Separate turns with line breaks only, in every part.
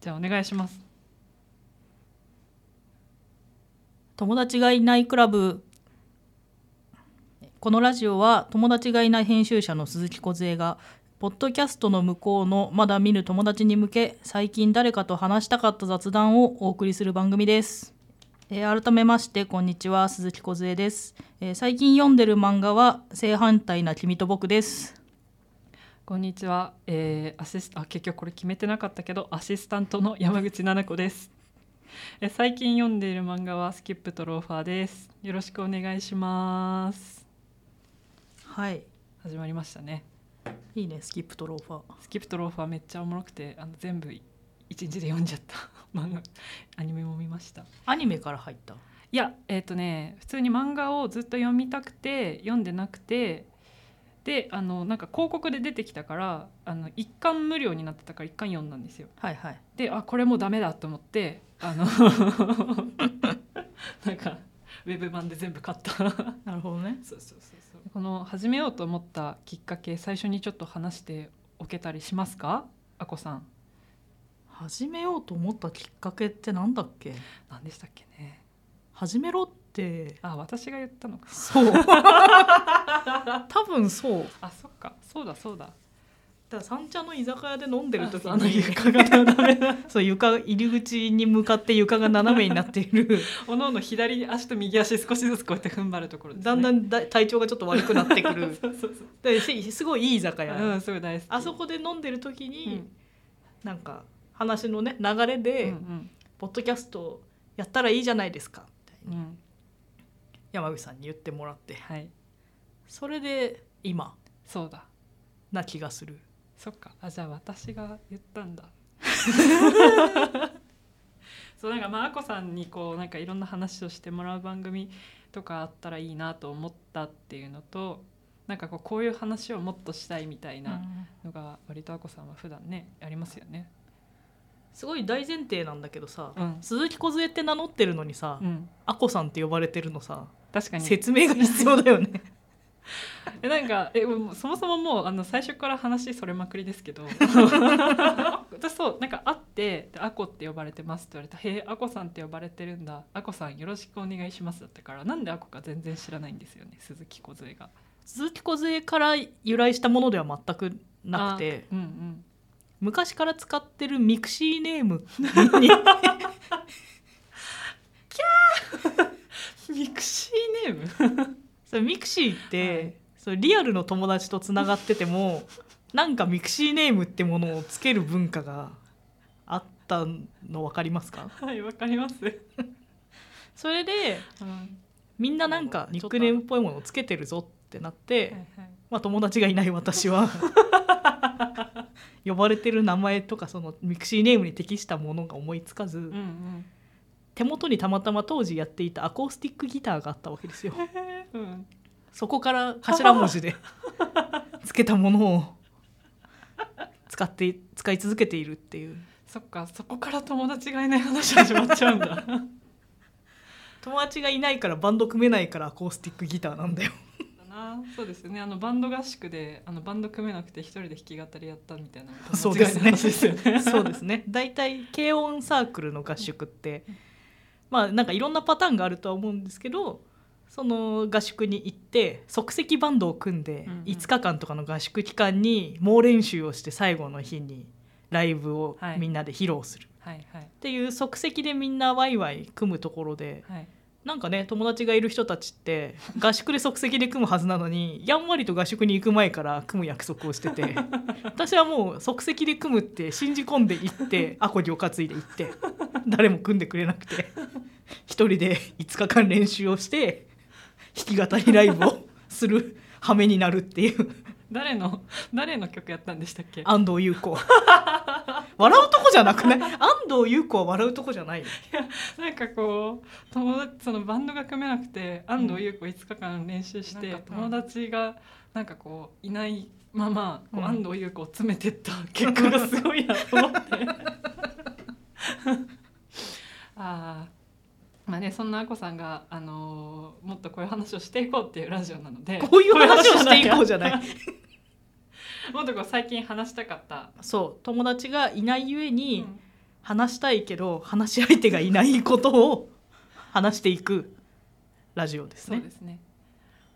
じゃあお願いします
友達がいないクラブこのラジオは友達がいない編集者の鈴木梢がポッドキャストの向こうのまだ見ぬ友達に向け最近誰かと話したかった雑談をお送りする番組です、えー改めましてこんにちは鈴木梢です、えー最近読んでる漫画は正反対な君と僕です
こんにちは、えーアシスあ結局これ決めてなかったけどアシスタントの山口奈々子ですえ最近読んでいる漫画はスキップとローファーですよろしくお願いします
はい
始まりましたね
いいねスキップとローファー
スキップとローファーめっちゃおもろくてあの全部一日で読んじゃった 漫画アニメも見ました
アニメから入った
いやえっ、とね普通に漫画をずっと読みたくて読んでなくてであのなんか広告で出てきたからあの一巻無料になってたから一巻読んだんですよ
はいはい
であこれもうダメだと思ってあ のなんかウェブ版で全部買った
なるほどね
そうそうそうそうこの始めようと思ったきっかけ最初にちょっと話しておけたりしますかあこさん
始めようと思ったきっかけってなんだっけ
何でしたっけね
始めろって
あ私が言ったのか
そう 多分そう
あそっかそうだそうだ
だから三茶の居酒屋で飲んでる時
あそうあの
に
床が斜 め
そう床入り口に向かって床が斜めになっている
おのおの左足と右足少しずつこうやって踏ん張るところです、ね、
だんだんだ体調がちょっと悪くなってくる
そうそうそう
でせすごいいい居酒屋、
うんすごい大好き
あそこで飲んでる時に、
うん
なんか話のね流れ
うん
で、
うん
ポッドキャストやったらいいじゃないですか」みたい
うん、
に山口さんに言ってもらって
はい
それで今
そうだ
な気がする
そっかあじゃあ私が言ったんだ そうなんかまああこさんにこうなんかいろんな話をしてもらう番組とかあったらいいなと思ったっていうのとなんかこうこういう話をもっとしたいみたいなのが割とあこさんは普段ねありますよね。
すごい大前提なんだけどさ、
うん
鈴木梢って名乗ってるのにさ、
うん、
あこさんって呼ばれてるのさ
確かに
説明が必要だよね
えなんかえもうそもそももうあの最初から話それまくりですけ ど私そうなんか会ってで「あこ」って呼ばれてますって言われた「へえあこさんって呼ばれてるんだあこさんよろしくお願いします」だったからなんであこか全然知らないんですよね鈴木梢が。
鈴木梢から由来したものでは全くなくて
あうんうん
昔から使ってるミクシーネーム に
ミクシーネーム
それミクシーって、
はい
そうリアルの友達とつながっててもなんかミクシーネームってものをつける文化があったの分かりますか
はいわかります、
それで
うん
みんななんかニックネームっぽいものをつけてるぞってなっ
はい
て、
はい、
まあ、友達がいない私 は呼ばれてる名前とかそのミクシーネームに適したものが思いつかず、
うんうん
手元にたまたま当時やっていたアコースティックギターがあったわけですよ
えーうん
そこから頭文 字でつけたものを使って使い続けているっていう
そっかそこから友達がいない話始まっちゃうんだ
友達がいないからバンド組めないからアコースティックギターなんだよ
だなそうですねあのバンド合宿であのバンド組めなくて一人で弾き語りやったみたいな
そうです
間違い
ね
ない話ですよね
そうですね大体軽音サークルの合宿ってまあなんかいろんなパターンがあるとは思うんですけどその合宿に行って即席バンドを組んで
うんうん
5日間とかの合宿期間に猛練習をして最後の日にライブをみんなで披露する
はいはい
っていう即席でみんなワイワイ組むところで
はい
なんかね友達がいる人たちって合宿で即席で組むはずなのにやんわりと合宿に行く前から組む約束をしてて私はもう即席で組むって信じ込んで行ってアコギを担いで行って誰も組んでくれなくて一人で5日間練習をして弾き語りライブをする羽目になるっていう
誰の誰の曲やったんでしたっけ
安藤優子笑うとこじゃなくない安藤優子は笑うとこじゃないよ
なんかこう友達そのバンドが組めなくて安藤優子5日間練習して、
なんか
友達がなんかこういないままこう、
うん
安藤優子を詰めてった結果がすごいなと思ってあーまあね、そんなあこさんが、あのーもっとこういう話をしていこうっていうラジオなので
こういう話をしていこうじ ゃない
もっとこう最近話したかった、
そう友達がいないゆえに、話したいけど話し相手がいないことを 話していくラジオです
そう
ね
ですね。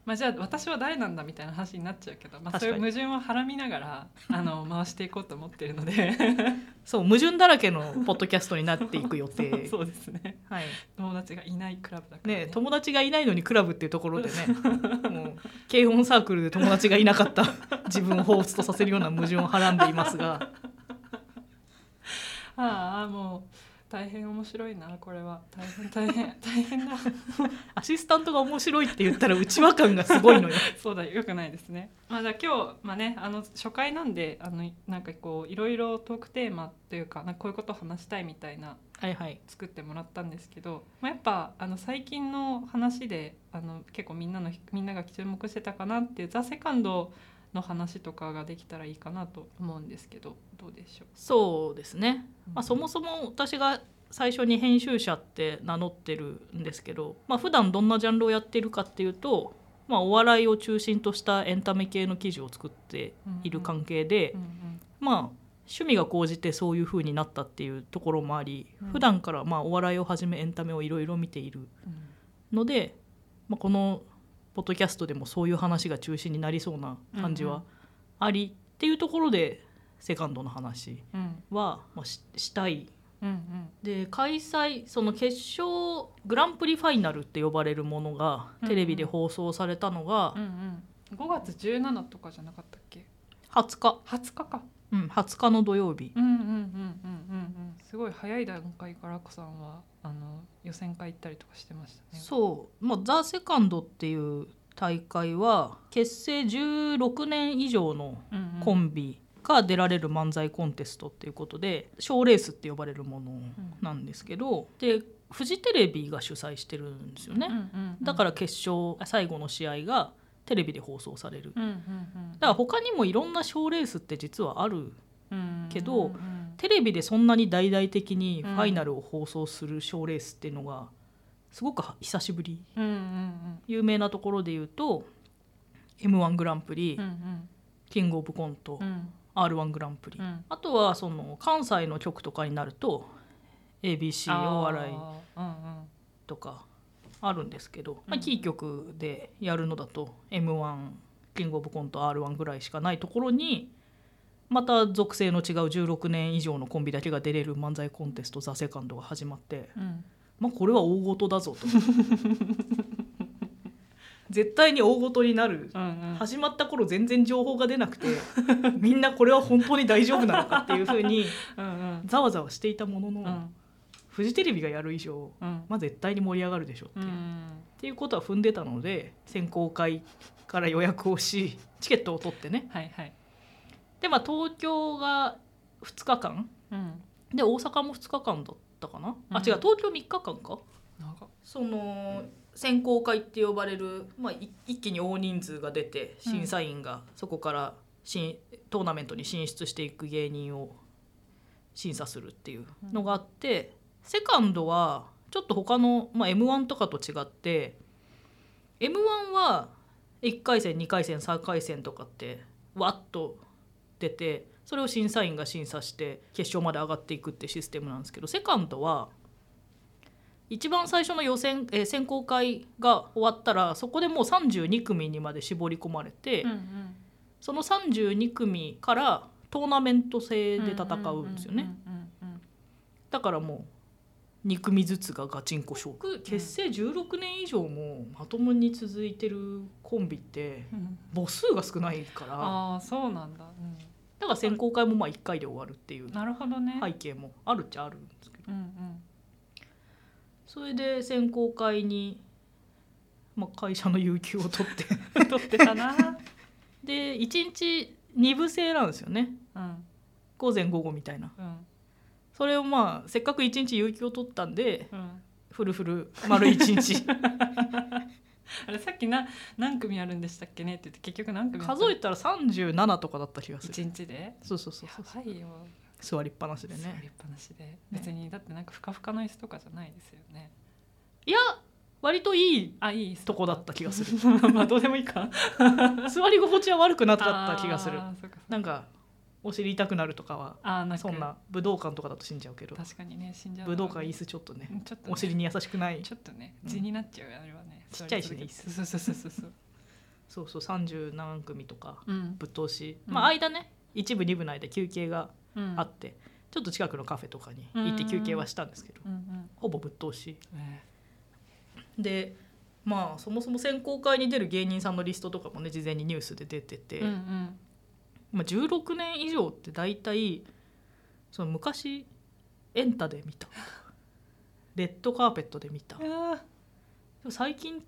まあじゃあ私は誰なんだみたいな話になっちゃうけど、まあ
確
そう
かに
いう矛盾をはらみながらあの回していこうと思ってる ので、
そう矛盾だらけのポッドキャストになっていく予 定
そうですね。
はい
友達がいないクラブだからね。
ね、友達がいないのにクラブっていうところで ねもう軽音サークルで友達がいなかった 自分を彷彿とさせるような矛盾をはらんでいま すが
ああもう大変面白いなこれは大変大変 大変だ。
アシスタントが面白いって言ったら内輪感がすごいのよ。
そうだよくないですね。まあじゃあ今日まあねあの初回なんであのなんかこういろいろトークテーマというかなんかこういうことを話したいみたいな
はいはい
作ってもらったんですけど、まあ、やっぱあの最近の話であの結構みんなのみんなが注目してたかなっていう「ザ・セカンドの話とかができたらいいかなと思うんですけどどうでしょう、
そうですね、まあ、そも
そ
そも私が最初に編集者って名乗ってるんですけど、まあ普段どんなジャンルをやってるかっていうと、まあ、お笑いを中心としたエンタメ系の記事を作っている関係で、
うんうん
まあ趣味が高じてそういう風になったっていうところもあり、
うん
普段からまあお笑いをはじめエンタメをいろいろ見ている
うん
ので、まあ、このポッドキャストでもそういう話が中心になりそうな感じはあり、っていうところでセカンドの話
うん
は、まあ、ししたい
うんうん
で開催その決勝グランプリファイナルって呼ばれるものが
うんうん
テレビで放送されたのが
うんうん5月17とかじゃなかったっけ
20日、
20日か
うん、20日の土曜日
うんうんうんうんうんうんすごい早い段階からあこさんはあの予選会行ったりとかしてましたね
そう、まあ、ザ・セカンドっていう大会は結成16年以上の
うんうん
コンビが出られる漫才コンテストっていうことで賞ーレースって呼ばれるものなんですけどでフジテレビが主催してるんですよ
うんう
ね
んうん
だから決勝最後の試合がテレビで放送される
うんうんうん
だから他にもいろんな賞ーレースって実はあるけど
うんうんうん
テレビでそんなに大々的にファイナルを放送する賞ーレースっていうのがすごく久しぶり
うんうん
有名なところで言うと m 1グランプリ、
うんうん
キングオブコント、
うん
r 1グランプリ、
うん
あとはその関西の局とかになると ABC お笑い
あーうんうん
とかあるんですけど、
う
まあ、
ん
キー局でやるのだと m 1キングオブコント r 1ぐらいしかないところにまた属性の違う16年以上のコンビだけが出れる漫才コンテスト「ザセカンドが始まって、
うん
まあ、これは大事だぞ と絶対に大事になる
うん
始まった頃全然情報が出なくてみんなこれは本当に大丈夫なのかっていうふうに
うん
ざわざわしていたものの、
うん
フジテレビがやる以上、
うん
まあ、絶対に盛り上がるでしょう
う
っていう,、っ
ん
ていうことは踏んでたので選考会から予約をしチケットを取ってね
はいはい
でまあ東京が2日間
うん
で大阪も2日間だったかな、あ
うん
違う東京3日間か
なんか
その選考会って呼ばれる、まあ、い一気に大人数が出て
うん
審査員がそこからしトーナメントに進出していく芸人を審査するっていうのがあって、セカンドはちょっと他の、まあ、m 1とかと違って m 1は1回戦2回戦3回戦とかってわっと出てそれを審査員が審査して決勝まで上がっていくってシステムなんですけどセカンドは一番最初の予選、えー選考会が終わったらそこでもう32組にまで絞り込まれて、
うんうん
その32組からトーナメント制で戦うんですよね、
うんうんうん
だからもう2組ずつがガチンコ勝負結成16年以上もまともに続いてるコンビって
うんうん
母数が少ないから
ああそうなんだう
だから選考会もまあ1回で終わるっていうん
なるほどね
背景もあるっちゃあるんですけど
うんうん
それで選考会に、まあ、会社の有給を取って
取ってたな
で1日2部制なんですよね
うん
午前午後みたいな
うん
それをまあせっかく1日有給を取ったんで
うん
フルフル丸1日
あれさっきな何組あるんでしたっけねって言って結局何組あった
数えたら37とかだった気がする
一日で
そうそうそう
や
そう
ばいよ
座りっぱなしで
座り
ね
っぱなしで別にだってなんかふかふかの椅子とかじゃないですよね
いや割といい
あいい椅子
とこだった気がす る
まあどうでもいいか
座り心地は悪くなかった気がする
あーそうかそうか
なんかを知りたくなるとかは
あーなんか
そんな武道館とかだと死んじゃうけど
確かにね死んじゃう
武道館椅
子
子ちょっとね
ちょっとね、
お尻に優しくない
ちょっとね
うん
地になっちゃうよあれはね
ちっちゃいしね
座り続けてそうそうそうそうそう
そうそう30何組とか
うん
ぶっ通し、
うん
まあ間ね一部二部の間休憩が
うん
あって、ちょっと近くのカフェとかに行って休憩はしたんですけど、
うんうん
ほぼぶっ通し
え
でまあそもそも選考会に出る芸人さんのリストとかもね事前にニュースで出てて、
えうんうん
まあ、16年以上って大体その昔エンタで見 たレッドカーペットで見たで
あ
も最近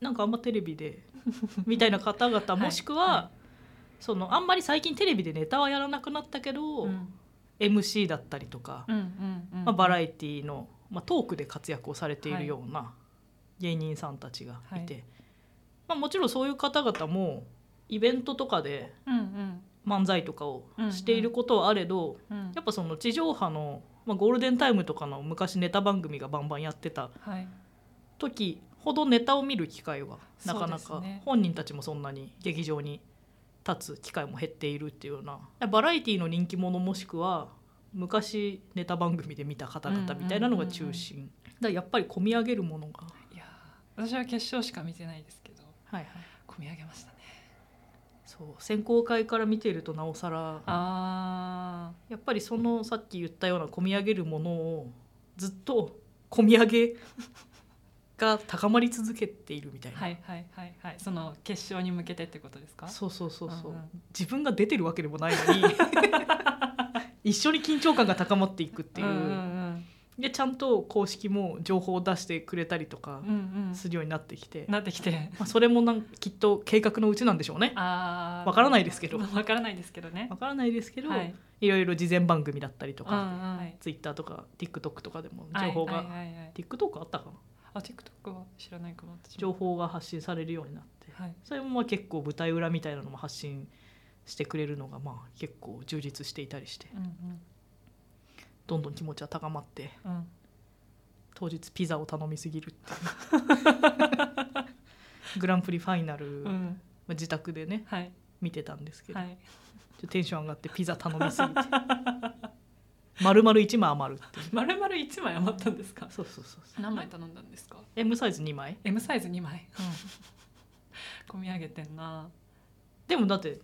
なんかあんまテレビでみたいな方々もしくは、
は
そのあんまり最近テレビでネタはやらなくなったけ
ー
ど、
うん
MC だったりとか、
うんうんうん
まあ、バラエティの、まあ、トークで活躍をされているような芸人さんたちがいて、まあ、もちろんそういう方々もイベントとかで
うんうん
漫才とかをしていることはあれど、
うん
やっぱその地上波の、まあ、ゴールデンタイムとかの昔ネタ番組がバンバンやってた
はい
時ほどネタを見る機会はなかな
そうで
か、
すね
本人たちもそんなに劇場に立つ機会も減っているっていうようなバラエティの人気者もしくは昔ネタ番組で見た方々みたいなのが中心、だからやっぱり込み上げるものが、
いやー私は決勝しか見てないですけど
はいはい、
込み上げましたね
そう選考会から見ているとなおさら
あ
やっぱりそのさっき言ったような込み上げるものをずっと込み 上げが高まり続けているみたい
ー
な、
はいはいはいはいその決勝に向けてってことですか
そうそうそうそう、
うんうん
自分が出てるわけでもないの に一緒に緊張感が高まっていくっていう,、
んうん
でちゃんと公式も情報を出してくれたりとか
うんうんうん
するようになってきて、ま
なってきて
あ、それもなんきっと計画のうちなんでしょうね
あー
わからないですけ ど
わからないですけどね
わからないですけど、
はいい、
ろいろ事前番組だったりと
うんう
か、
んはい
ツイ Twitter とか TikTok とかでも情報が、
はいはいはいはい
TikTok あったかな
あ TikTok は知らないかも私も
情報が発信されるようになって、
はい
それもまあ結構舞台裏みたいなのも発信してくれるのがまあ結構充実していたりして
うん
どんどん気持ちは高まって
うんうん
当日ピザを頼みすぎ るっていうグランプリファイナル、
う
ま
ん
あ自宅でね
はい
見てたんですけど、
は
ち
い
ょっとテンション上がってピザ頼み すぎて丸々1枚余るっていう
まるまる一枚余ったんですか
そうそうそうそう
何枚頼んだんですか
M サイズ2枚
M サイズ2枚 込み上げてんな
でもだって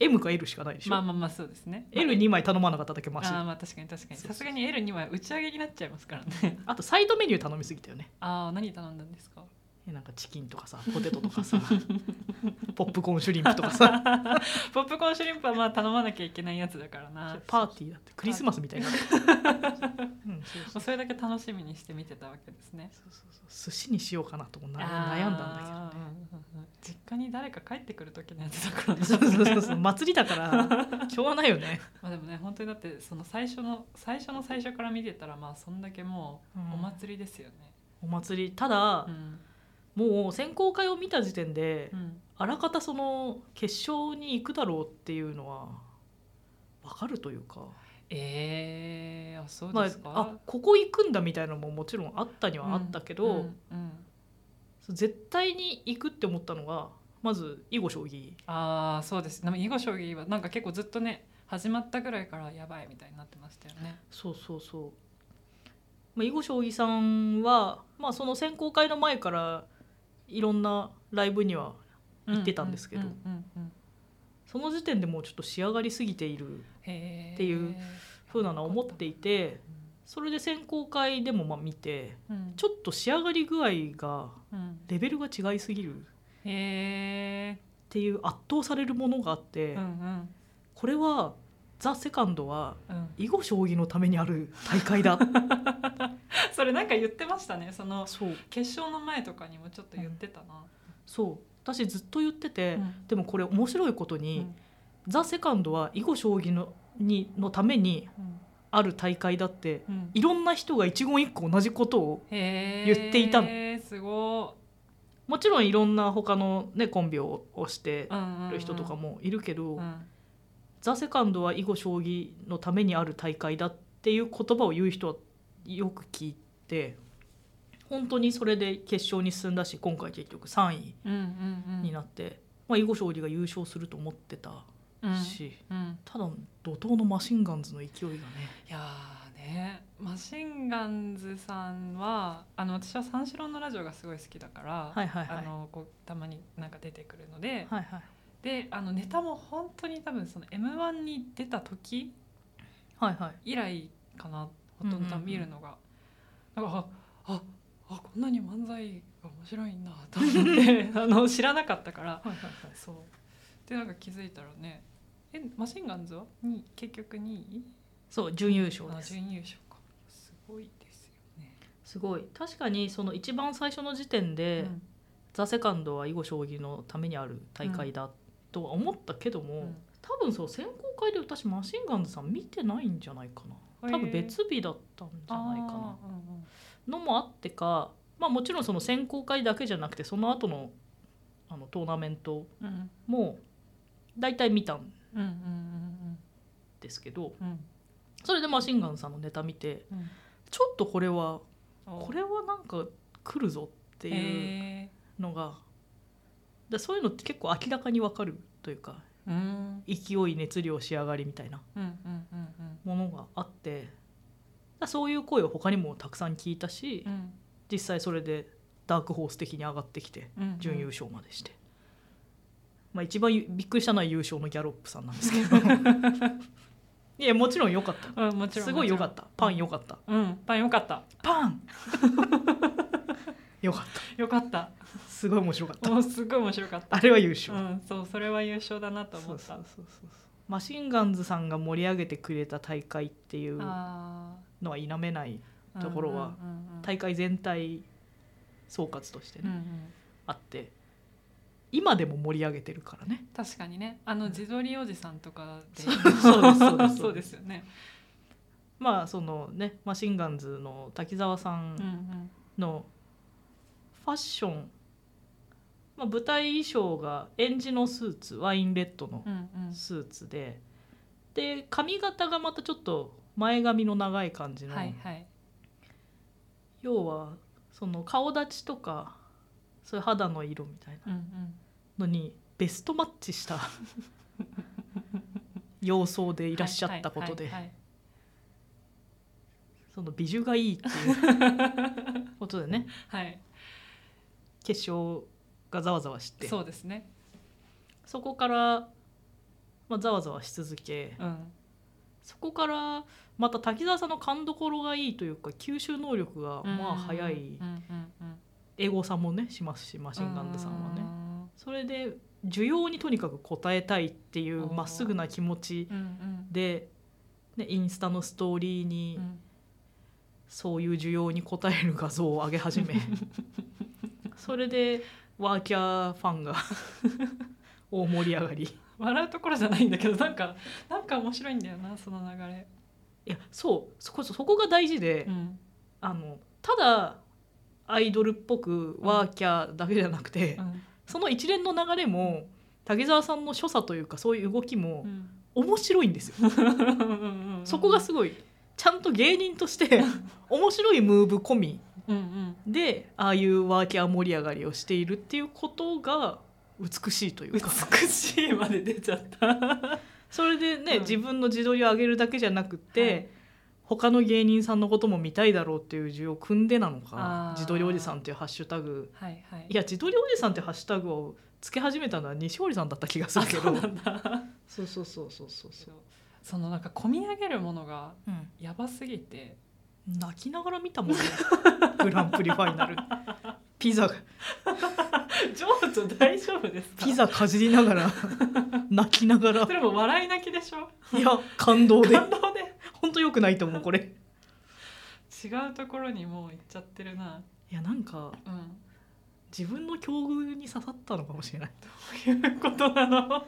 M か L しかないでしょ、
まあまあまあそうですね
L2 枚頼まなかっただけマシ
あーまあ確かに確かに
そうそう
さすがに L2 枚打ち上げになっちゃいますからね
あとサイドメニュー頼みすぎたよね
ああ何頼んだんですか
えなんかチキンとかさポテトとか さポップコーンシュリンプとかさ
ポップコーンシュリンプはまあ頼まなきゃいけないやつだからな
パーティーだってクリスマスみたいな、うん、そうそ
もう
う
それだけ楽しみにして見てたわけですね
そうそう寿司にしようかなともな悩んだんだ
だけど、うんうんうん実家に誰か帰ってくる時のやつだからね
けどそうそうそうそう祭りだからしょうがないよね、
まあでもね本当にだってその最初の最初の最初から見てたらまあそんだけも
う
うんお祭りですよね。
お祭りただ
う、ん
もう選考会を見た時点で、
うん
あらかたその決勝に行くだろうっていうのは分かるというか
えー、あそう
ま
で
あ
すか。、
あここ行くんだみたいなのももちろんあったにはあったけど、
うんうん
そう絶対に行くって思ったのがまず囲碁将棋
ああそうです。でも囲碁将棋はなんか結構ずっとね始まったぐらいからやばいみたいになってましたよね。
そうそうそう、まあ、囲碁将棋さんは、まあ、その選考会の前からいろんなライブには行ってたんですけど
うううんうん
その時点でもうちょっと仕上がりすぎている
へー
っていうふうなのを思っていてそれで選考会でもまあ見て
うん
ちょっと仕上がり具合が
うん
レベルが違いすぎるっ
へ
ていう圧倒されるものがあって、
えうんうん
これは「ザ・セカンドは
うん。
囲碁将棋のためにある大会だ
それなんか言ってましたね。その
そう
決勝の前とかにもちょっと言ってたな。
そう私ずっと言ってて、
うん
でもこれ面白いこと
う
に
ん
「ザ・セカンドは囲碁将棋のにのために
うん
ある大会だって
うん
いろんな人が一言一句同じことを
言
言っていたの
すご
もちろんいろんな他のねコンビををして
い、うんうんう
る
ん、
人とかもいるけど
うん、
「ザ・セカンドは囲碁将棋のためにある大会だっていう言葉を言う人はよく聞いて本当にそれで決勝に進んだし今回結局3位
うんうんうん、
になって、まあ、囲碁将棋が優勝すると思ってた
うん
し、
うん、
ただ怒涛のマシンガンズの勢いがね
いやーねマシンガンズさんはあの私は三四郎のラジオがすごい好きだから、
はいはいはい
あのこうたまになんか出てくるので、
はいはい
であのネタも本当に多分その m 1に出た時
はいはい
以来かなほとんど多分
うんうんうん
見るのが、なんかあああこんなに漫才が面白いんだと思って あの知らなかったから
はいはいはい
そうでなんか気づいたらねえマシンガンズはに結局2位
そう準優勝
あ
です
準優勝かすごいですよね。
すごい確かにその一番最初の時点で、
うん
ザ・セカンドは囲碁将棋のためにある大会だとは思ったけども、
うん
多分そう選考会で私マシンガンズさん見てないんじゃないかな
へー
多分別日だったんじゃないかな
あーうんうん
のもあってかまあもちろんその選考会だけじゃなくてその後のあのトーナメント
うん
も大体見たん
うんうん
ですけど
うんうん
それでマシンガンズさんのネタ見て
うん
ちょっとこれは
うん
これはなんか来るぞって
へ
いう
ー
のがでそういうのって結構明らかに分かるというか
うん
勢い熱量仕上がりみたいな
うんうんうんうん
ものがあってだそういう声を他にもたくさん聞いたし、
うん
実際それでダークホース的に上がってきて
うんうん
準優勝までして、まあ、一番ゆびっくりしたのは優勝のギャロップさんなんです けどいやもちろん良かった
うんもちろん
すごい良かったパン
よ
良かった
うんパンよかった
パン良かっ
よかった
たすごい面白かった
もうすっごい面白かった
あれは優
う
勝、
んそうそれは優勝だなと思った
そうそうそうそうマシンガンズさんが盛り上げてくれた大会っていう
あ
のは否めない
ー
ところは
うんうんうん
大会全体総括としてね、
うんうん
あって今でも盛り上げてるからね
確かにねあの自撮りおじさんとかで
そうそうですそうです
そうですよね
まあそのねマシンガンズの滝沢さ
うんうんん
のファッション、まあ、舞台衣装がエンジのスーツワインレッドの
うんうん
スーツでで髪型がまたちょっと前髪の長い感じの、
はいはい
要はその顔立ちとかそういう肌の色みたいな
うんうん
のにベストマッチした 様相でいらっしゃったことで
はいはいはい
その美女がいいっていうことで ね
はい
決勝がざわざわしてそ
そうですね
こから、まあ、ざわざわし続け
うん
そこからまた滝沢さんの勘どころがいいというか吸収能力がまあ早い
うんうんうん
英語さもねしますしマシンガンズさんはねそれで需要にとにかく応えたいっていうまっすぐな気持ち
うんうん
で、ね、インスタのストーリーに
うん
そういう需要に応える画像を上げ始 めそれでワーキャーファ ンが大盛り上がりい
笑うところじゃないんだけどなんかなんか面白いんだよなその流れ、
やそうそこそこが大事で、
うん
あのただアイドルっぽくワーキャーだけじゃなくて、
うん
その一連の流れも滝沢さんの所作というかそういう動きも
うん
面白いんですよ、
うん、
そこがすごいちゃんと芸人 として面白いムーブ込み
うんうん
でああいうワーキャー盛り上がりをしているっていうことが美しいというか
美しいまで出ちゃった。
それでね、
うん
自分の自撮りを上げるだけじゃなくて、
はい
他の芸人さんのことも見たいだろうっていう需要を組んでなのか
あー
自撮りおじさんっていうハッシュタグ
はいはい。
いや自撮りおじさんってハッシュタグをつけ始めたのは西堀さんだった気がするけど
そうなんだ。
そうそうそうそうそう
そうそのなんか込み上げるものが
う
やばすぎて、
ん泣きながら見たもんね グランプリファイナルピザ
情緒大丈夫ですか？
ピザかじりなが ら泣きながら
それも笑い泣きでしょ。
いや感動で
感動で
本当良くないと思うこれ
違うところにもう行っちゃってるな。
いやなんか
うん。
自分の境遇に刺さったのかもしれない
ということなの。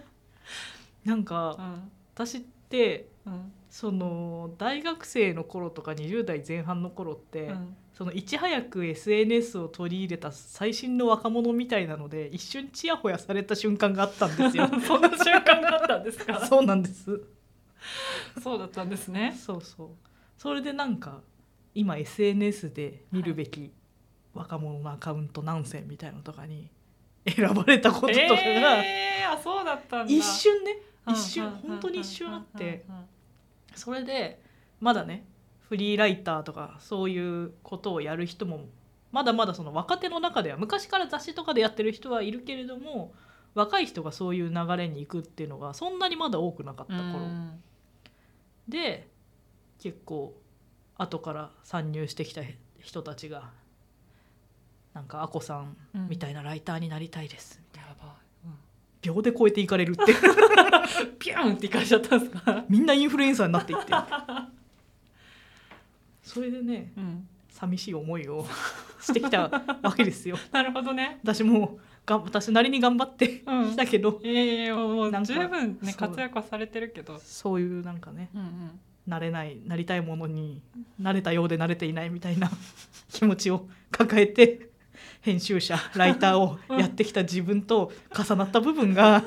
なん
う
か
ん
私って
うん
その大学生の頃とか20代前半の頃って、
うん。
そのいち早く SNS を取り入れた最新の若者みたいなので一瞬ちやほやされた瞬間があったんです よ
そんな瞬間だったんですか？
そうなんです
そうだったんですね。
そうそうそれでなんか今 SNS で見るべき若者のアカウント何 選みたいなのとかに選ばれたこととかが、
えーあそうだったんだ。
一瞬ね一瞬本当に一瞬あってそれでまだねフリーライターとかそういうことをやる人もまだまだその若手の中では昔から雑誌とかでやってる人はいるけれども若い人がそういう流れに行くっていうのがそんなにまだ多くなかった
う
頃、
ん
で結構後から参入してきた人たちがなんか「あこさん
うん
みたいなライターになりたいです」
やばい、うん
秒で超えていかれる って
ピュンっていかれちゃったんですか、
みんなインフルエンサーになっていってそれでね
うん、
寂しい思 いをしてきたわけですよ
なるほどね
私もが私なりに頑張って
うん
きたけど、
いやいやも
なん
う
か
十分ね
そう
活躍はされてるけど
そういうなんかね
うんうん
なれないなりたいものになれたようでなれていないみたいな 気持ちを抱えて編集者ライターをやってきた自分と重なった部分が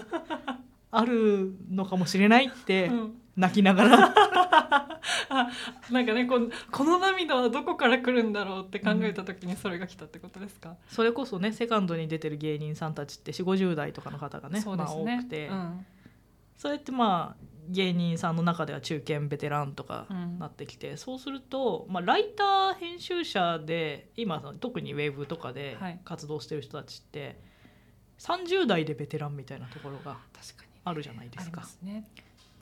あるのかもしれないって
うん
泣きながら
なんかねこうこの涙はどこから来るんだろうって考えた時にそれが来たってことですか、
それこそねセカンドに出てる芸人さんたちって4 5 0代とかの方がね
そうで
まあ、
す
多
ね、
くて、
うん
それってまあ芸人さんの中では中堅ベテランとか
うん
なってきて、そうすると、まあ、ライター編集者で今その特にウェブとかで
はい
活動してる人たちって、30代でベテランみたいなところが
確かに
あるじゃないで
あ
す
り
か
ますね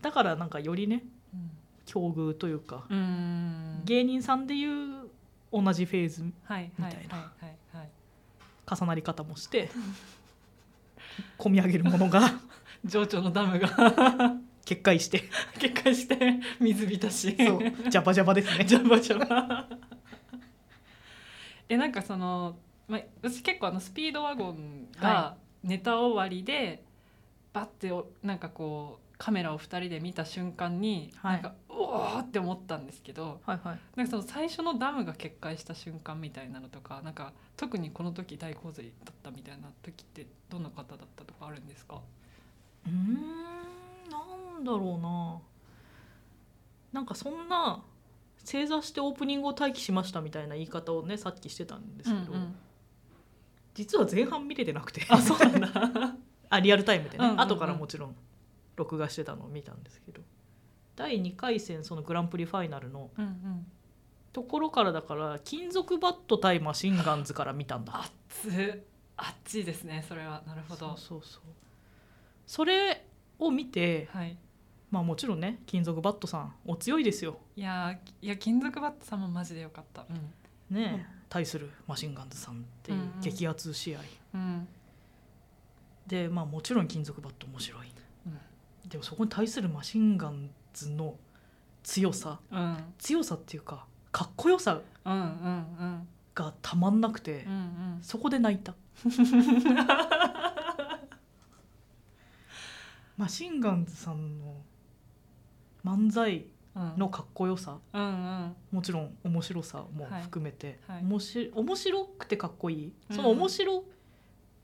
だからなんかよりね
うん
境遇というか、
うーん
芸人さんでいう同じフェーズ
はいはいはい
みたいな
はいはい
重なり方も して込み上げるものが
情緒のダムが
決壊して
決壊して水浸し
そうジャバジャバですねジャバジャバ
えなんかその、まあ、私結構あのスピードワゴン
は
がネタ終わりでバッておなんかこうカメラを2人で見た瞬間に、
はい
なんかうおーって思ったんですけど
はいはい
なんかその最初のダムが決壊した瞬間みたいなのとかなんか特にこの時大洪水だったみたいな時ってどんな方だったとかあるんですか
うーんなんだろうななんかそんな正座してオープニングを待機しましたみたいな言い方をねさっきしてたんですけど、
うんうん
実は前半見れてなくて
あそうなんだ
あリアルタイムで
うん
ね、
うんうん
後からもちろん録画してたのを見たんですけど第2回戦そのグランプリファイナルの
うん、うん、
ところからだから金属バット対マシンガンズから見たんだ
熱熱いですねそれはなるほ
そう
ど
そうそうそれを見て
はい
まあもちろんね金属バットさんお強いですよ
いやーいや金属バットさんもマジでよかったうん
ね、対するマシンガンズさんっていう
うんうん
激アツ試合、
うん
でまあもちろん金属バット面白い
うん
でもそこに対するマシンガンズの強さ
うん
強さっていうかかっこよさ
うんうんうん
がたまんなくて、
うんうん
そこで泣い たマシンガンズさんの漫才
うん
のかっこよさ、
うんうん
もちろん面白さも含めて、
はいはい
おもし面白くてかっこいい、
うん
その面白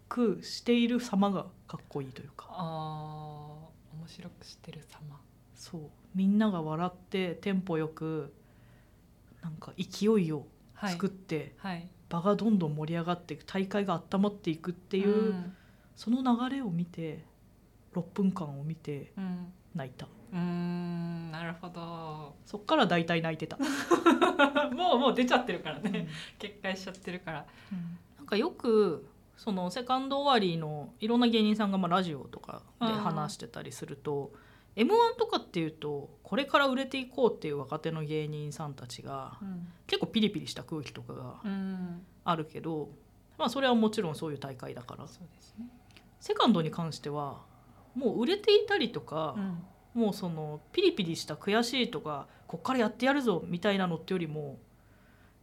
くしている様がかっこいいというか
あー面白くしてる様
そうみんなが笑ってテンポよくなんか勢いを
はい
作って、
はい
場がどんどん盛り上がっていく大会が温まっていくっ
て
ていう、
うん
その流れを見て6分間を見て
うん
泣いた
うーんなるほ ど
そっから大体泣 いてた、
もうもう出ちゃってるから
うん
ね決壊しちゃってるから
なんかよくそのセカンド終わりのいろんな芸人さんがまあラジオとかで話してたりすると m 1とかっていうとこれから売れていこうっていう若手の芸人さんたちが
うん
結構ピリピリした空気とかが
うん
あるけど、まあ、それはもちろんそういう大会だから
そうですね
セカンドに関してはもう売れていたりとか
う、ん
もうそのピリピリした悔しいとかこっからやってやるぞみたいなのってよりも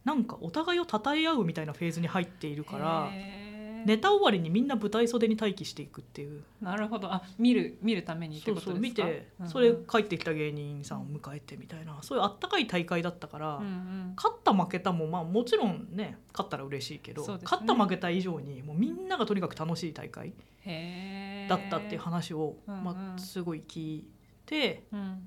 なんかお互いを称え合うみたいなフェーズに入っているから。
へー
ネタ終わりにみんな舞台袖に待機していくっていう
なるほどあ見る見るためにって
そう
ことです
そ
か
う見て、
うんうん
それ帰ってきた芸人さんを迎えてみたいなそういうあったかい大会だったから、
うんうん
勝った負けたもまあもちろんね勝ったら嬉しいけど、
そうですね
勝った負けた以上にもうみんながとにかく楽しい大会
へー
だったっていう話を、
へーうんうん
まあ、すごい聞いて
うん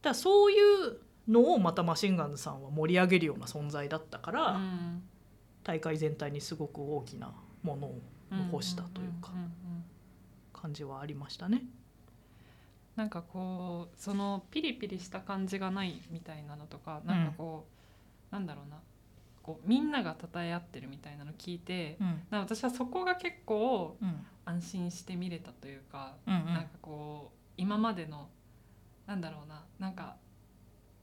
だからそういうのをまたマシンガンズさんは盛り上げるような存在だったから、
うん
大会全体にすごく大きなものを残したというか
んんんん
感じはありましたね。
なんかこうそのピリピリした感じがないみたいなのとかなんかこう、なんだろうなこうみんなが称え合ってるみたいなの聞いて、
うん
なんか私はそこが結構
うん
安心して見れたというか、
うんうん
なんかこう今までのなんだろうななんか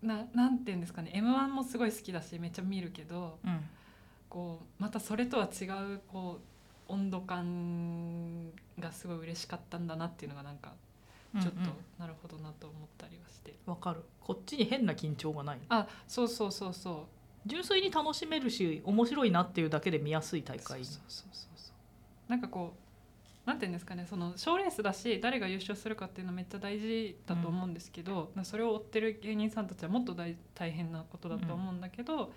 ななんて言うんですかね m 1もすごい好きだしめっちゃ見るけど
うん
こうまたそれとは違うこう温度感がすごい嬉しかったんだなっていうのがなんか
うん
ちょっと、
うん
なるほどなと思ったりはして
わかるこっちに変な緊張がない
あそうそうそうそ
純粋に楽しめるし面白いなっていうだけで見やすいう大
そう
会
そうそうそうそうなんかこうなんて言うんですかねその賞レースだし誰が優勝するかっていうのめっちゃ大事だと思うんですけど、それを追ってる芸人さんたちはもっと大大変なことだと思うんだけど、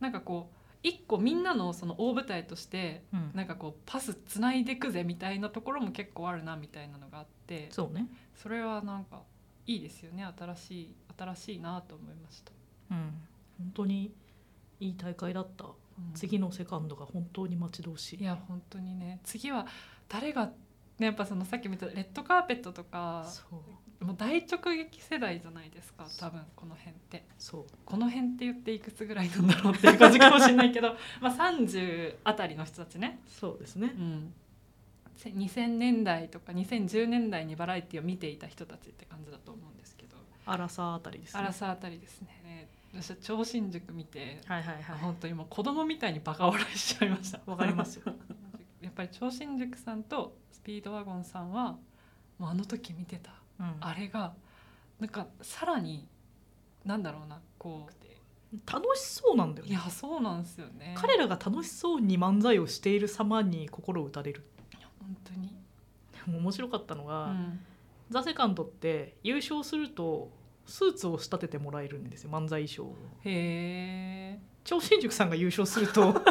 なんかこう一個みんなのその大舞台として
うん
なんかこうパスつないでくぜみたいなところも結構あるなみたいなのがあって
そうね、
それはなんかいいですよね新しい新しいなと思いました、
うん、本当にいい大会だった
うん
次のセカンドが本当に待ち遠しい
いや本当にね次は誰が、ね、やっぱそのさっき見たレッドカーペットとか
そう
もう大直撃世代じゃないですか多分この辺って
そう
この辺って言っていくつぐらいなんだろうっていう感じかもしれないけど まあ30あたりの人たちね、
そうですね
うん、せ2000年代とか2010年代にバラエティを見ていた人たちって感じだと思うんですけど
荒さあたりですね
荒さあたりですね私は超新塾見て
はいはいはい
本当にもう子供みたいにバカ笑いしちゃいました
わかります よ
やっぱり超新塾さんとスピードワゴンさんはもうあの時見てた
うん
あれがなんかさらになんだろうなこう
楽しそうなんだよ
い
ね
やそうなんですよね
彼らが楽しそうに漫才をしている様に心打たれる
本当に、
でも面白かったの
う
が、
ん、
ザ・セカンドって優勝するとスーツを仕立ててもらえるんですよ漫才衣装を
へえ
超新塾さんが優勝する と
どう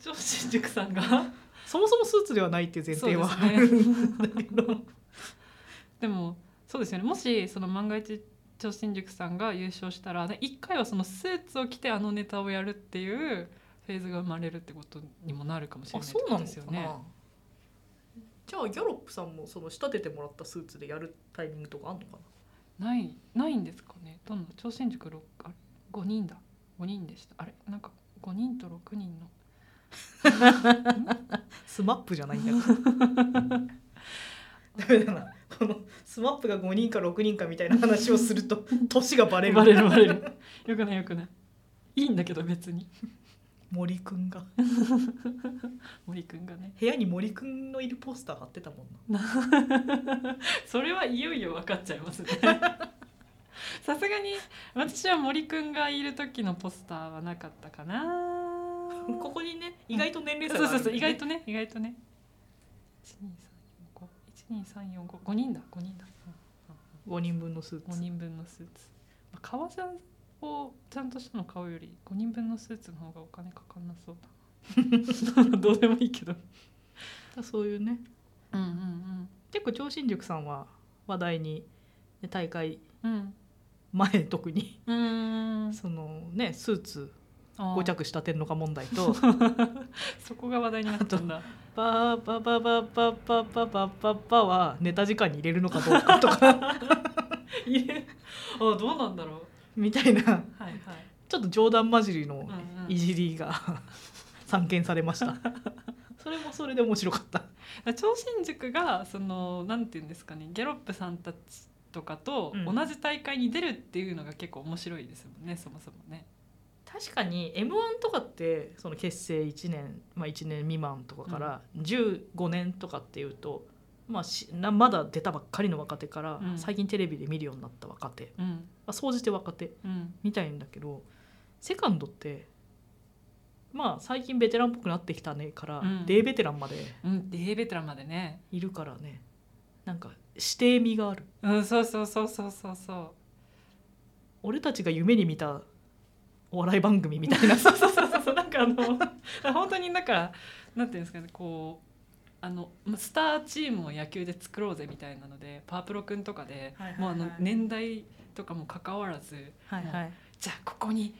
超新塾さんが
そもそもスーツではないっていう前提は
そう
あ
で
る
すね
ん だけど、
でもそうですよねもしその万が一超新塾さんが優勝したらね一回はそのスーツを着てあのネタをやるっていうフェーズが生まれるってことにもなるかもしれ
あ
ないって
そう
こ
な
と
の
ですよ
か
ね
な。じゃあギャロップさんもその仕立ててもらったスーツでやるタイミングとかあんのかな
ないないんですかねどんな超新塾六あれ5人だ5人でしたあれなんか5人と6人の
スマップじゃないんだから ダメだなこのスマップが5人か6人かみたいな話をすると年がバレる
バレるバレるよくないよくないいいんだけど別に
森くんが
森くんが ね
部屋に森くんのいるポスター貼ってたもんな
それはいよいよ分かっちゃいますねさすがに私は森くんがいる時のポスターはなかったかな
ここにね意外と年齢差
そう
があ
そう
る
そう意
んだよね
外とね意外とね12345人だ5人だ、
5人分のスー
5
ツ
人分のスーツ、まあ、革ジャンをちゃんとしたの買うより5人分のスーツの方がお金かかんなそうだ などうでもいいけど
そういうね
うんうん
結構超新塾さんは話題にで大会
うん
前特に
うん
そのねスーツ
あー
5着した天のか問題と
そこが話題になったんだ
バーバーバーバーバーバーバーバーバーバーはネタ時間に入れるのかどうかと か
いえあどうなんだろ
みたいな
うはいはい
ちょっと冗談交じりの
うんうん
いじりが 散見されま したそれもそれで面白かった
超新塾がそのなんていうんですかねギャロップさんたちとかと
うん
同じ大会に出るっていうのが結構面白いですもんね、そもそもね。
確かに m 1とかってその結成1年、まあ、1年未満とかから15年とかっていうと、まあ、しなまだ出たばっかりの若手から、
うん
最近テレビで見るようになった若手、ま
うん
あ、総じて若手
うん
みたいんだけどセカンドってまあ最近ベテランっぽくなってきたねから、
うん
デーベテランまで
うん、デーベテランまでね
いるからねなんか指定味がある
うん、そうそうそうそうそうそう。
俺たちが夢に見たお笑い番組みたいな
そうそうそうそう、なんかあの、本当にだから、なんていうんですかね、こう。あのスターチームを野球で作ろうぜみたいなのでパワープロくんとかで、
はいはいはい
もうあの年代とかも関わらず
はい、
はいじゃあここに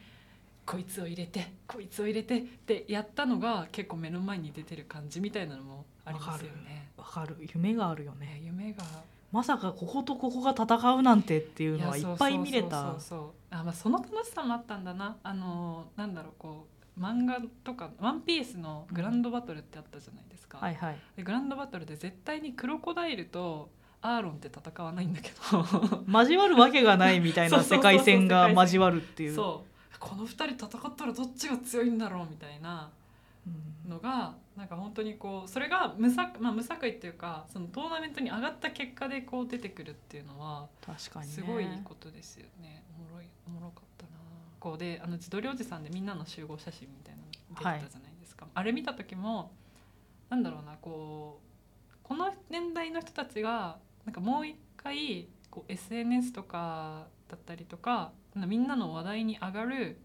こいつを入れてこいつを入れてってやったのが結構目の前に出てる感じみたいなのもありますよね。
わかる夢があるよね
ね夢が
まさかこことここが戦うなんてっていうのはいっ
や
ぱい見れ
そう
た
そうそうそうあ、まあ、その楽しさもあったんだなあのーなんだろうこう漫画とか「ワンピースのグランドバトルってあったじゃないですか、
はいはい
でグランドバトルで絶対にクロコダイルとアーロンって戦わないんだけど
交わるわけがないみたいな
そうそうそうそ
世
う
界線が交わるって いう
そうこの2人戦ったらどっちが強いんだろうみたいな
うん
のがなんか本当にこうそれが無作,、まあ、無作為っていうかそのトーナメントに上がった結果でこう出てくるっていうのは
確かにね
すごいことですよね。おもろい、おもろかったな。こうで、あの自撮りおじさんでみんなの集合写真みたいなの出てたじゃないですか。あれ見た時も、なんだろうな、こう。この年代の人たちが、なんかもう一回、こう S. N. S. とかだったりとか。みんなの話題に上がる、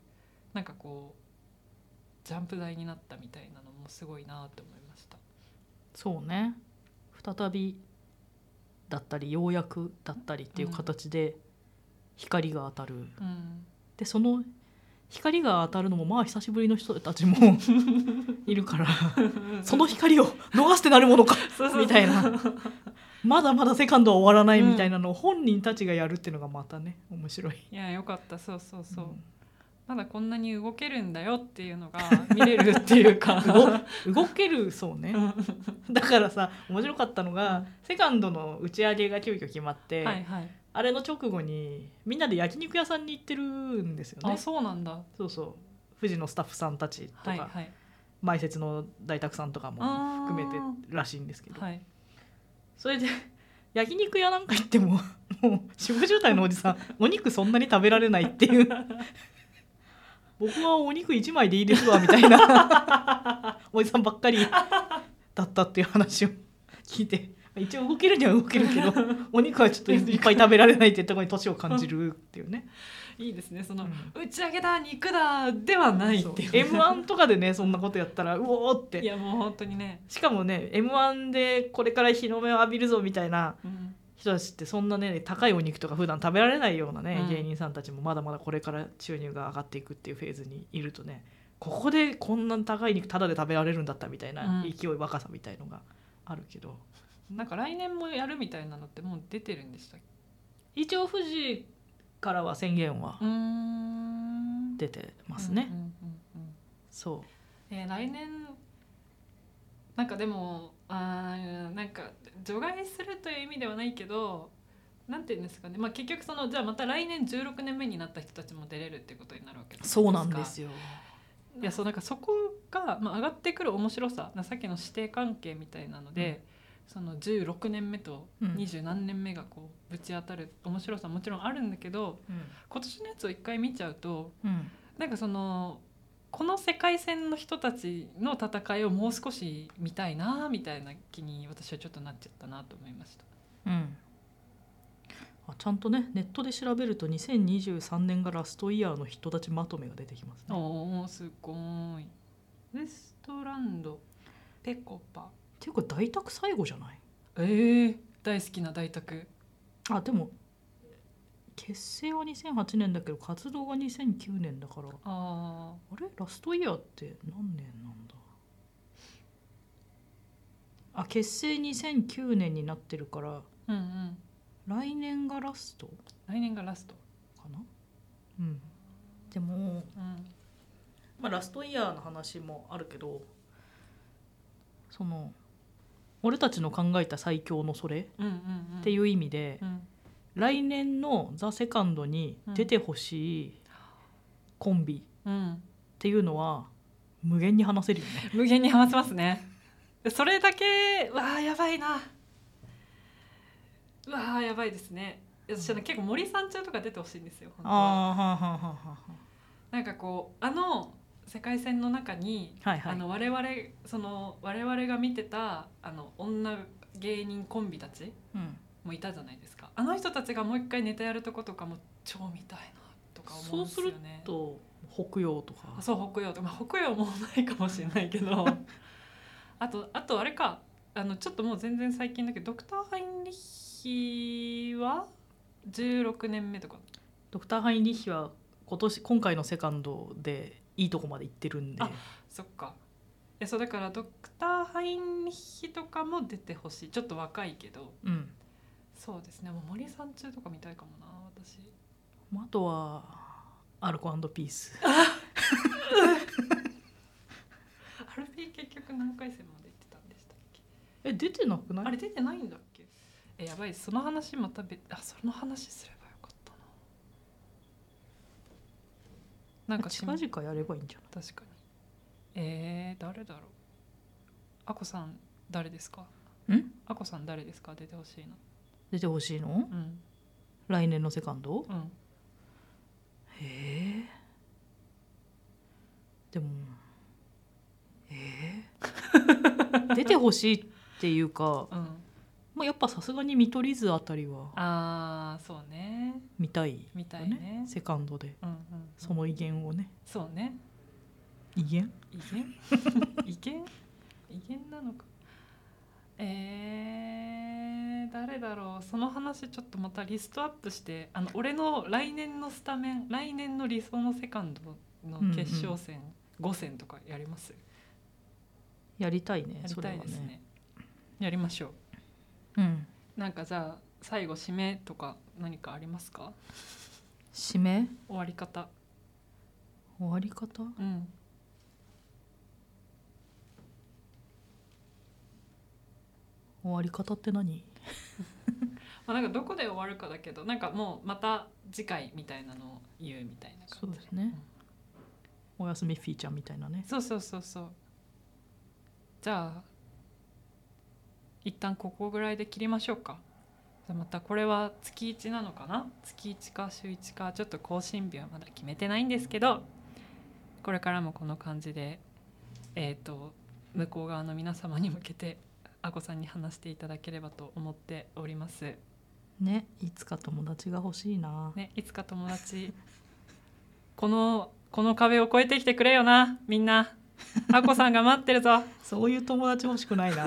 なんかこう。ジャンプ台になったみたいなのもすごいなって思いました。
そうね再びだったりようやくだったりっていう形で光が当たる、
うん。
でその光が当たるのもまあ久しぶりの人たち もいるからその光を逃してなるものか
そうそうそう
みた いなまだまだセカンドは終わらないみたいなのを本人たちがやるっていうのがまたね面白い。
いや、よかった。そうそうそう。
うん
まだこんなに動けるんだよっていうのが見れるっていうか
動動けるそうねだからさ面白かったのが、
うん
セカンドの打ち上げが急遽決まって、
はいはい
あれの直後にみんなで焼肉屋さんに行ってるんですよ
あ
ね
そうなんだは
そうそう富士のスタッフさんたちとか、
いはい
前説の大沢さんとかも含めてらしいんですけど、
はい
それで 焼肉屋なんか行っても もう4050代のおじさんお肉そんなに食べられないっていう 僕はお肉1枚でいいですわみたいな おじさんばっかりだったっていう話を 聞いて一応動けるには動けるけど お肉はちょっ といっぱい食べられないってところに年を感じるっていうね。
いいですねその、
うん
打ち上げだ肉だではないっ
そう
ていう
M1 とかでねそんなことやったらうおーっ
い
て
やもう本当にね、
しかもね M1 でこれから日の目を浴びるぞみたいな
うん、
人たちってそんなね高いお肉とか普段食べられないようなね、
うん
芸人さんたちもまだまだこれから収入が上がっていくっていうフェーズにいるとねここでこんな高い肉タダで食べられるんだったみたいな
うん
勢い、若さみたいのがあるけど
なんか来年もやるみたいなのってもう出てるんでしたっけ
一応富士からは宣言は
うーん
出てますね、
うんうんうんうん
そ
えー来年なんかでもあーなんか除外するという意味ではないけどなんて言うんですかね、まあ、結局そのじゃあまた来年16年目になった人たちも出れるってことになるわけ
うそうなんです
よ
よ
いやそうなんかそこが、まあ、上がってくる面白さなさっきの師弟関係みたいなので、その16年目と
うん
二十何年目がこうぶち当たる面白さもちろんあるんだけど今年のやつを一回見ちゃうと
うん
なんかそのこの世界線の人たちの戦いをもう少し見たいなみたいな気に私はちょっとなっちゃったなと思いました。
うんあちゃんとねネットで調べると2023年がラストイヤーの人たちまとめが出てきますね
おおすごい。ウエストランドペコパ。
っていうか大宅最後じゃない
ええ大好きな大宅。
あでも結成は2008年だけど活動が2009年だからあ
あ
れラストイヤーって何年なんだあ結成2009年になってるから
あうんうん。
来年がラスト
来年がラスト。
かなうんでも、
うん。
まあ、ラストイヤーの話もあるけどその俺たちの考えた最強のそれ
うんうんうん。
っていう意味で、
うん。
来年の「ザ・セカンドに出てほしいコンビ
うん。
っていうのは無限に話せるよね。
無限に話せますね。それだけわあやばいな。うわあやばいですね。いや私はね結構森さんちゃんとか出てほしいんですよ。本当は
あはあはあはあは
なんかこうあの世界線の中に、
あはいは
あ
い
の我々その我々が見てたあの女芸人コンビたち
うん、
もいたじゃないですか。あの人たちがもう一回ネタやるとことかも超見たいなとか思うんですよね。
と北洋とか
あそう北洋とまあ、北洋もないかもしれないけどあとあとあれかあのちょっともう全然最近だけどドクター・ハインリッヒは16年目とか
ドクター・ハインリッヒは今年今回のセカンドでいいとこまで行ってるんで
あそっかえそうだからドクター・ハインヒとかも出てほしいちょっと若いけど
うん、
そうですねもう森三中とか見たいかもな私
あとはアルコピース
RP 結局何回戦まで行ってたんでしたっけ
え出てなくない
あれ出てないんだっけえやばいその話また別あその話すればよかったななんかし
近
ま
々やればいいんじゃない
確かにえー、誰だろうあこさん誰ですか
ん
あこさん誰ですか出てほしいな
出てほしいの
うん
来年のセカンド
うん
へえでもええ 出てほしいっていうか
うん
まあやっぱさすがに見取り図あたりは
ああそうね
見たい
みた
よ
いね
セカンドで
うんうん
その威厳をね
そうね
威厳
威 厳威厳威厳なのかえー、誰だろうその話ちょっとまたリストアップしてあの俺の来年のスタメン来年の理想のセカンドの決勝戦、5戦とかやります
やりたいね
やり
それ
た
はい
ですね
ね
やりましょ
うん
うなんかじゃあ最後締めとか何かありますか
締め
終わり方
終わり方
うん
終わり方って何
まあ、なんかどこで終わるかだけどなんかもうまた次回みたいなのを言うみたいな
そ
感
う
じ
ですねおやすみフィーちゃんみたいなね
そうそうそうそうじゃあ一旦ここぐらいで切りましょうかじゃあまたこれは月1なのかな月1か週1かちょっと更新日はまだ決めてないんですけどこれからもこの感じでえっ、と向こう側の皆様に向けてあこさんに話していただければと思っております。
ねいつか友達が欲しいな、
ね、いつか友達このこの壁を越えてきてくれよなみんなあこさんが待ってるぞ
そういう友達欲しくないな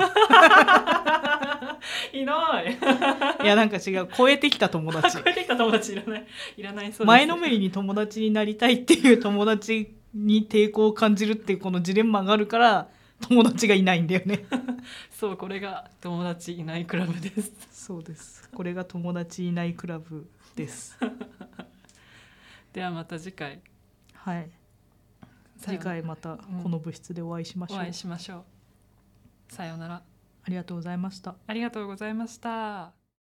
いない
いやなんか違う超えてきた 友達
越えてきた友達いらないいらないそうです
前のめりに友達になりたいっていう友達に抵抗を感じるっていうこのジレンマがあるから友達がいないんだよね
そうこれが友達いないクラブです
そうですこれが友達いないクラブです
ではまた次回
はい次回またこの部室でお会いしましょ
お
う、
会いしましょうさようなら
ありがとうございました
ありがとうございました